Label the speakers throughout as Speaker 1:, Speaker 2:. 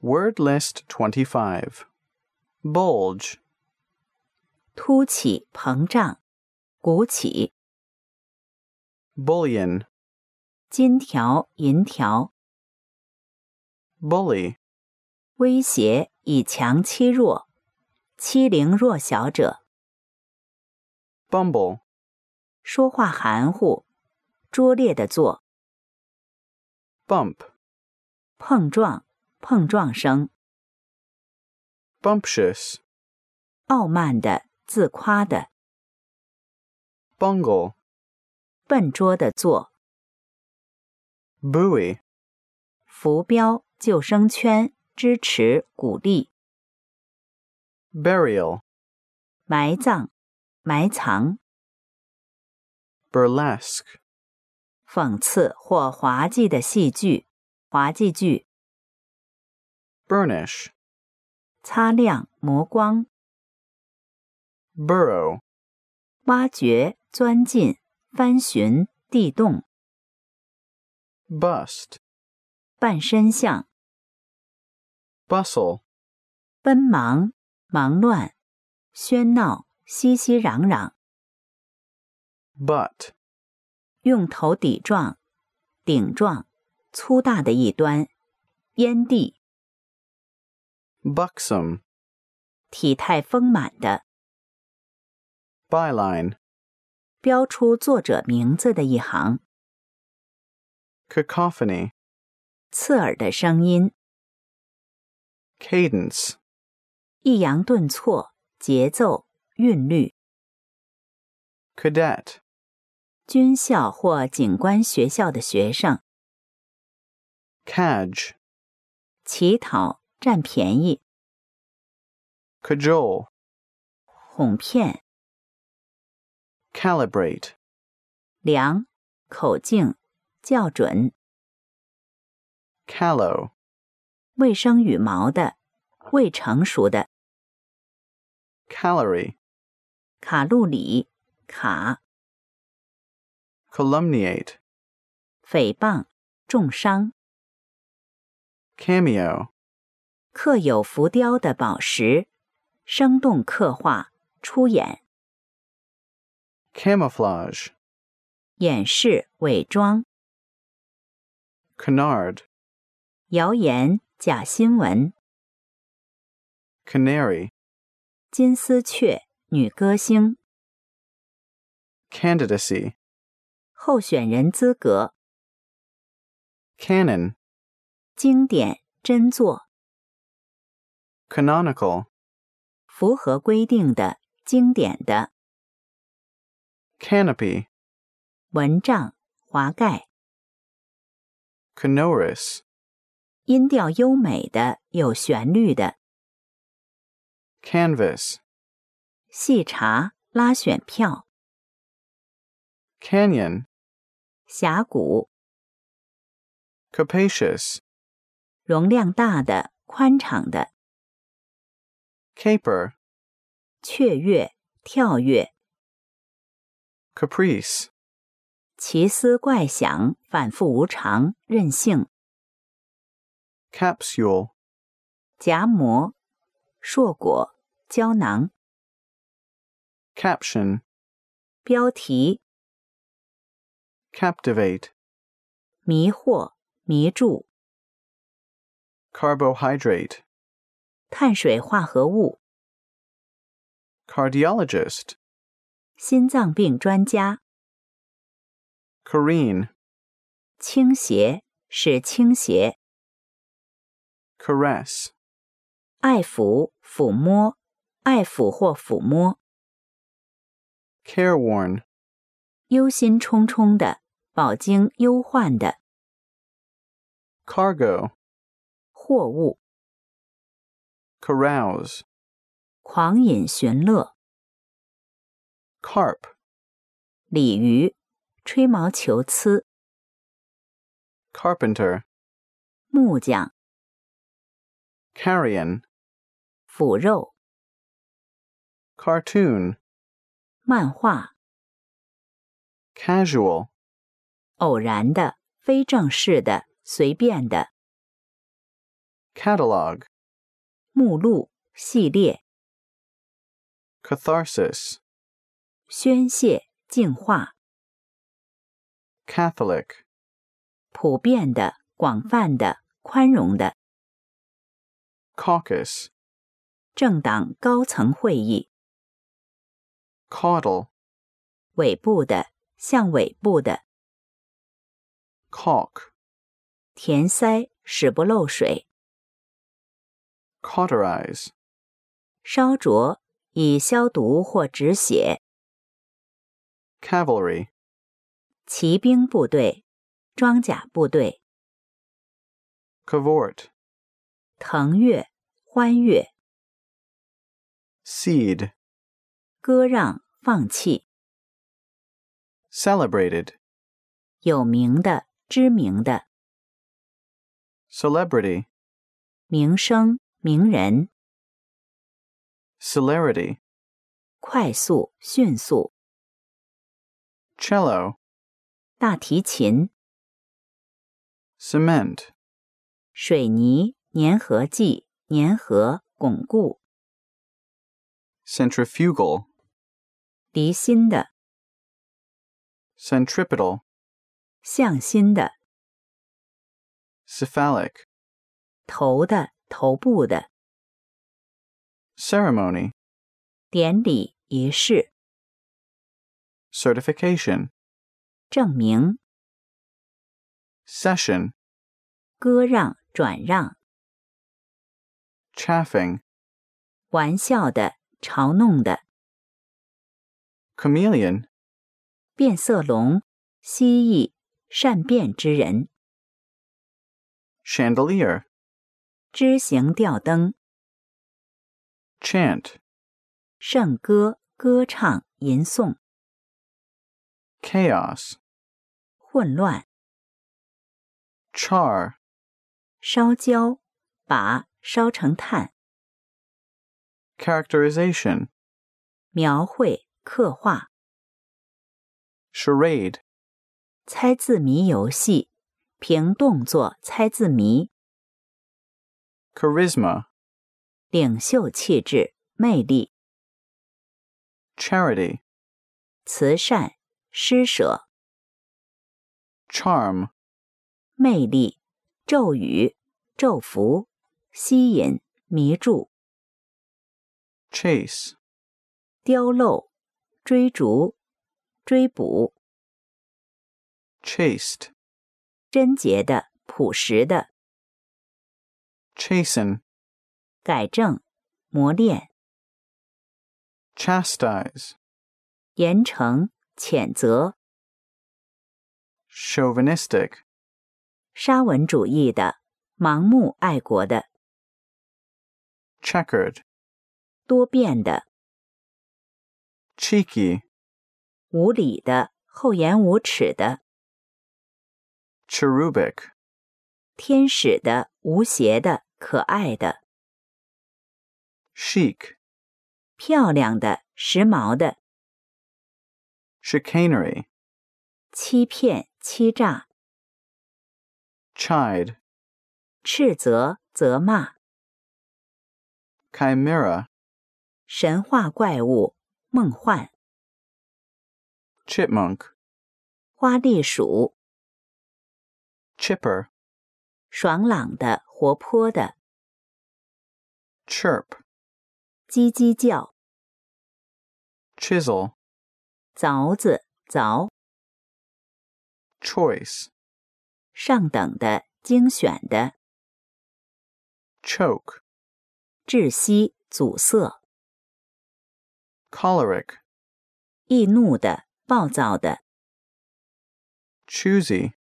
Speaker 1: Word list 25. Bulge,
Speaker 2: 凸起、膨胀、鼓起、
Speaker 1: bullion,
Speaker 2: 金条、银条、
Speaker 1: bully,
Speaker 2: 威胁，以强欺弱，欺凌弱小者，
Speaker 1: bumble,
Speaker 2: 说话含糊，拙劣的做，
Speaker 1: bump,
Speaker 2: 碰撞、碰撞声，
Speaker 1: bumptious,
Speaker 2: 傲慢的、自夸的、
Speaker 1: bungle,
Speaker 2: 笨拙的做，
Speaker 1: buoy,
Speaker 2: 浮标、救生圈、支持、鼓励、
Speaker 1: burial,
Speaker 2: 埋葬、埋藏、
Speaker 1: burlesque,
Speaker 2: 讽刺或滑稽的戏剧、滑稽剧、
Speaker 1: burnish,
Speaker 2: 擦亮、磨光、
Speaker 1: burrow,
Speaker 2: 挖掘、钻进、翻寻、地洞、
Speaker 1: bust,
Speaker 2: 半身像、
Speaker 1: bustle,
Speaker 2: 奔忙、忙乱、喧闹、熙熙攘攘，
Speaker 1: butt,
Speaker 2: 用头抵撞、顶撞、粗大的一端、烟蒂、
Speaker 1: buxom,
Speaker 2: 体态丰满的、
Speaker 1: byline,
Speaker 2: 标出作者名字的一行、
Speaker 1: cacophony,
Speaker 2: 刺耳的声音、
Speaker 1: cadence,
Speaker 2: 抑扬顿挫、节奏、韵律。
Speaker 1: cadet,
Speaker 2: 军校或警官学校的学生
Speaker 1: cadge,
Speaker 2: 乞讨、占便宜、
Speaker 1: cajole,
Speaker 2: 哄骗、
Speaker 1: calibrate,
Speaker 2: 量、口径、校准、
Speaker 1: callow,
Speaker 2: 未生羽毛的、未成熟的、
Speaker 1: calorie,
Speaker 2: 卡路里、卡、
Speaker 1: calumniate,
Speaker 2: 诽谤、重伤、
Speaker 1: cameo,
Speaker 2: 刻有浮雕的宝石、生动刻画、出演、
Speaker 1: camouflage,
Speaker 2: 掩饰、伪装、
Speaker 1: canard,
Speaker 2: 谣言、假新闻、
Speaker 1: canary,
Speaker 2: 金丝雀、女歌星、
Speaker 1: candidacy,
Speaker 2: 候选人资格、
Speaker 1: canon,
Speaker 2: 经典、真作。
Speaker 1: canonical,
Speaker 2: 符合规定的、经典的
Speaker 1: canopy,
Speaker 2: 蚊帐、华盖，
Speaker 1: Canorous,
Speaker 2: 音调优美的、有旋律的，
Speaker 1: Canvas,
Speaker 2: 细查、拉选票、
Speaker 1: Canyon,
Speaker 2: 峡谷，
Speaker 1: Capacious,
Speaker 2: 容量大的、宽敞的，
Speaker 1: Caper,
Speaker 2: 雀跃、跳跃，
Speaker 1: Caprice,
Speaker 2: 奇思怪想，反复无常，任性，
Speaker 1: Capsule,
Speaker 2: 夹馍，硕果，胶囊，
Speaker 1: Caption,
Speaker 2: 标题，
Speaker 1: Captivate,
Speaker 2: 迷惑，迷住，
Speaker 1: Carbohydrate,
Speaker 2: 碳水化合物，
Speaker 1: Cardiologist,
Speaker 2: 心脏病专家，
Speaker 1: Careen,
Speaker 2: 倾斜，使倾斜。
Speaker 1: Caress,
Speaker 2: 爱抚、抚摸、爱抚或抚摸，
Speaker 1: Careworn,
Speaker 2: 忧心忡忡的，饱经忧患的
Speaker 1: Cargo,
Speaker 2: 货物，
Speaker 1: Carouse,
Speaker 2: 狂饮寻乐，
Speaker 1: Carp,
Speaker 2: 鲤鱼，吹毛求疵，
Speaker 1: Carpenter,
Speaker 2: 木匠，
Speaker 1: Carrion,
Speaker 2: 腐肉，
Speaker 1: Cartoon,
Speaker 2: 漫画，
Speaker 1: Casual,
Speaker 2: 偶然的，非正式的，随便的，
Speaker 1: catalog,
Speaker 2: 目录、系列、
Speaker 1: catharsis,
Speaker 2: 宣泄、净化、
Speaker 1: Catholic,
Speaker 2: 普遍的、广泛的、宽容的
Speaker 1: caucus,
Speaker 2: 政党高层会议，
Speaker 1: caudal,
Speaker 2: 尾部的、向尾部的
Speaker 1: caulk,
Speaker 2: 填塞，使不漏水。
Speaker 1: cauterize,
Speaker 2: 烧灼，以消毒或止血。
Speaker 1: cavalry,
Speaker 2: 骑兵部队、装甲部队、
Speaker 1: cavort,
Speaker 2: 腾跃、欢跃、
Speaker 1: seed,
Speaker 2: 割让、放弃。
Speaker 1: celebrated,
Speaker 2: 有名的、知名的、
Speaker 1: celebrity,
Speaker 2: 名声、名人、
Speaker 1: celerity,
Speaker 2: 快速、迅速、
Speaker 1: cello,
Speaker 2: 大提琴、
Speaker 1: cement,
Speaker 2: 水泥、粘合剂、粘合、巩固、
Speaker 1: centrifugal,
Speaker 2: 离心的、
Speaker 1: centripetal,
Speaker 2: 向心的、
Speaker 1: cephalic,
Speaker 2: 头的、头部的
Speaker 1: ceremony,
Speaker 2: 典礼仪式、
Speaker 1: certification,
Speaker 2: 证明、
Speaker 1: session,
Speaker 2: 割让、转让。
Speaker 1: chaffing,
Speaker 2: 玩笑的、嘲弄的、
Speaker 1: chameleon,
Speaker 2: 变色龙、蜥蜴、善变之人、
Speaker 1: chandelier,
Speaker 2: 知行吊灯、
Speaker 1: chant,
Speaker 2: 圣歌、歌唱、吟诵、
Speaker 1: chaos,
Speaker 2: 混乱、
Speaker 1: char,
Speaker 2: 烧焦、把烧成炭、
Speaker 1: characterization,
Speaker 2: 描绘、刻画、
Speaker 1: charade,
Speaker 2: 猜字谜游戏，凭动作猜字谜，
Speaker 1: charisma,
Speaker 2: 领袖气质、魅力、
Speaker 1: charity,
Speaker 2: 慈善、施舍、
Speaker 1: charm,
Speaker 2: 魅力、咒语、咒符、吸引、迷住。
Speaker 1: chase,
Speaker 2: 雕镂、追逐、追捕、
Speaker 1: chaste,
Speaker 2: 贞洁的、朴实的、
Speaker 1: chasten,
Speaker 2: 改正、磨练、
Speaker 1: chastise,
Speaker 2: 严惩、谴责、
Speaker 1: chauvinistic,
Speaker 2: 沙文主义的、盲目爱国的、
Speaker 1: checkered,
Speaker 2: 多变的、
Speaker 1: cheeky,
Speaker 2: 无理的、厚颜无耻的、
Speaker 1: cherubic,
Speaker 2: 天使的、无邪的、可爱的、
Speaker 1: chic,
Speaker 2: 漂亮的、时髦的、
Speaker 1: chicanery,
Speaker 2: 欺骗、欺诈、
Speaker 1: chide,
Speaker 2: 斥责、责骂、
Speaker 1: chimera,
Speaker 2: 神话怪物、梦幻、
Speaker 1: chipmunk,
Speaker 2: 花栗鼠。
Speaker 1: chipper,
Speaker 2: 爽朗的、活泼的、
Speaker 1: chirp,
Speaker 2: 叽叽叫、
Speaker 1: chisel,
Speaker 2: 凿子、凿、
Speaker 1: choice,
Speaker 2: 上等的、精选的、
Speaker 1: choke,
Speaker 2: 窒息、阻塞、
Speaker 1: choleric,
Speaker 2: 易怒的、暴躁的、
Speaker 1: choosy,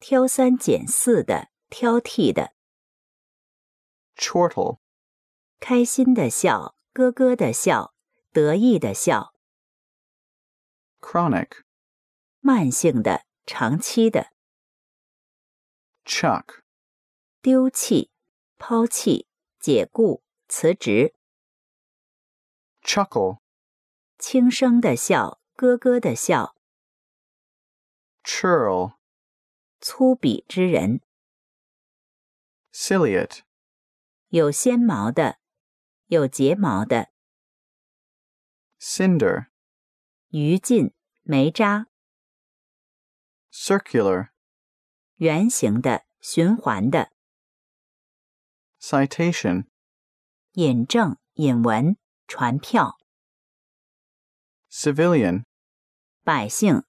Speaker 2: 挑三拣四的、挑剔的、
Speaker 1: chortle,
Speaker 2: 开心的笑、咯咯的笑、得意的笑、
Speaker 1: chronic,
Speaker 2: 慢性的、长期的、
Speaker 1: chuck,
Speaker 2: 丢弃、抛弃、解雇、辞职、
Speaker 1: chuckle,
Speaker 2: 轻声的笑、咯咯的笑、
Speaker 1: churl,
Speaker 2: 粗鄙之人、
Speaker 1: ciliate,
Speaker 2: 有纤毛的，有睫毛的，
Speaker 1: cinder,
Speaker 2: 鱼劲、煤渣、
Speaker 1: circular,
Speaker 2: 圆形的、循环的、
Speaker 1: citation,
Speaker 2: 引证、引文、传票、
Speaker 1: civilian,
Speaker 2: 百姓、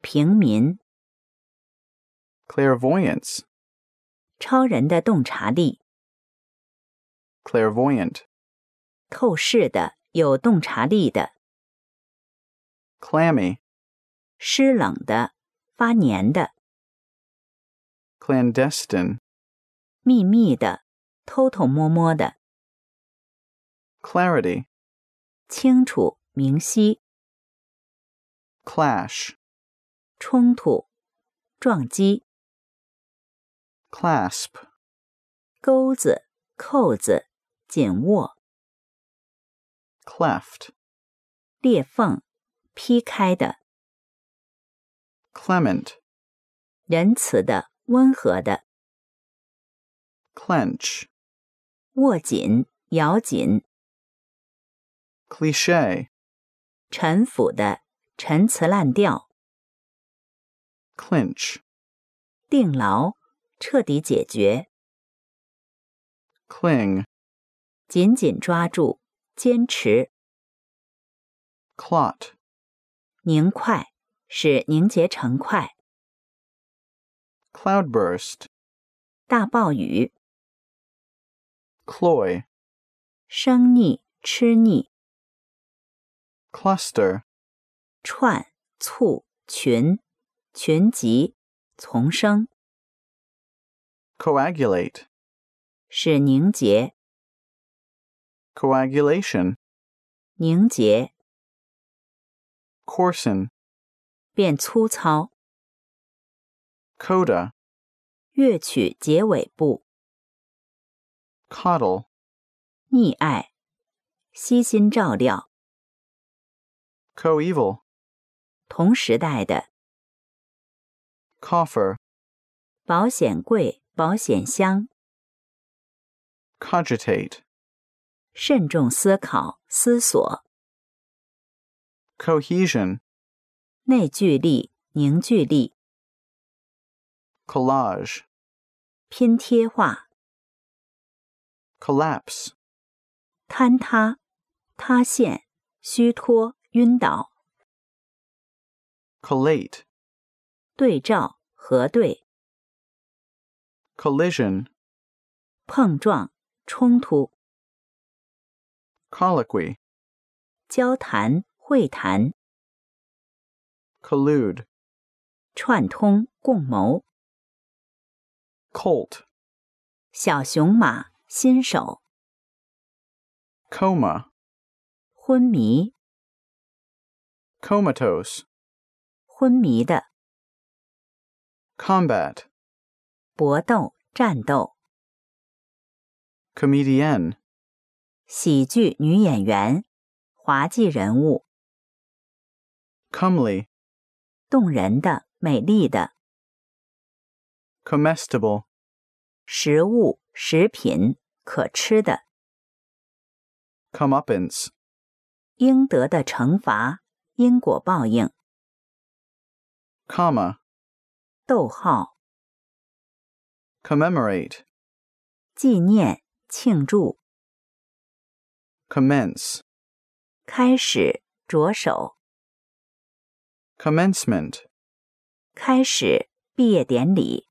Speaker 2: 平民、
Speaker 1: clairvoyance,
Speaker 2: 超人的洞察力、
Speaker 1: clairvoyant,
Speaker 2: 透视的、有洞察力的、
Speaker 1: clammy,
Speaker 2: 湿冷的、发黏的、
Speaker 1: clandestine,
Speaker 2: 秘密的、偷偷摸摸的、
Speaker 1: clarity,
Speaker 2: 清楚、明晰、
Speaker 1: clash,
Speaker 2: 冲突、撞击、
Speaker 1: clasp,
Speaker 2: 钩子、扣子、紧握、
Speaker 1: cleft,
Speaker 2: 裂缝、劈开的、
Speaker 1: clement,
Speaker 2: 仁慈的、温和的、
Speaker 1: clench,
Speaker 2: 握紧、咬紧、
Speaker 1: cliche,
Speaker 2: 陈腐的、陈词滥调、
Speaker 1: clinch,
Speaker 2: 定牢、彻底解决、
Speaker 1: cling,
Speaker 2: 紧紧抓住、坚持、
Speaker 1: clot,
Speaker 2: 凝块，使凝结成块、
Speaker 1: cloudburst,
Speaker 2: 大暴雨、
Speaker 1: cloy,
Speaker 2: 生腻、吃腻、
Speaker 1: cluster,
Speaker 2: 串、簇、群、群集、丛生，
Speaker 1: coagulate,
Speaker 2: 使凝结、
Speaker 1: coagulation,
Speaker 2: 凝结
Speaker 1: coarsen,
Speaker 2: 变粗糙，
Speaker 1: coda,
Speaker 2: 乐曲结尾部、
Speaker 1: coddle,
Speaker 2: 溺爱、悉心照料、
Speaker 1: coeval,
Speaker 2: 同时代的。
Speaker 1: coffer,
Speaker 2: 保险柜、保险箱，
Speaker 1: cogitate,
Speaker 2: 慎重思考、思索，
Speaker 1: cohesion,
Speaker 2: 内聚力、凝聚力，
Speaker 1: collage,
Speaker 2: 拼贴画，
Speaker 1: collapse,
Speaker 2: 坍塌、塌陷、虚脱、晕倒，
Speaker 1: collate,
Speaker 2: 对照、核对、
Speaker 1: collision,
Speaker 2: 碰撞、冲突、
Speaker 1: colloquy,
Speaker 2: 交谈、会谈、
Speaker 1: collude,
Speaker 2: 串通、共谋，
Speaker 1: colt,
Speaker 2: 小熊马、新手、
Speaker 1: coma,
Speaker 2: 昏迷、
Speaker 1: comatose,
Speaker 2: 昏迷的
Speaker 1: combat,
Speaker 2: 搏斗、战斗，
Speaker 1: comedienne,
Speaker 2: 喜剧女演员，滑稽人物。
Speaker 1: comely,
Speaker 2: 动人的、美丽的
Speaker 1: comestible,
Speaker 2: 食物、食品、可吃的、
Speaker 1: comeuppance,
Speaker 2: 应得的惩罚、因果报应、
Speaker 1: comma,
Speaker 2: 逗号、
Speaker 1: commemorate,
Speaker 2: 纪念、庆祝、
Speaker 1: commence,
Speaker 2: 开始、着手、
Speaker 1: commencement,
Speaker 2: 开始、毕业典礼、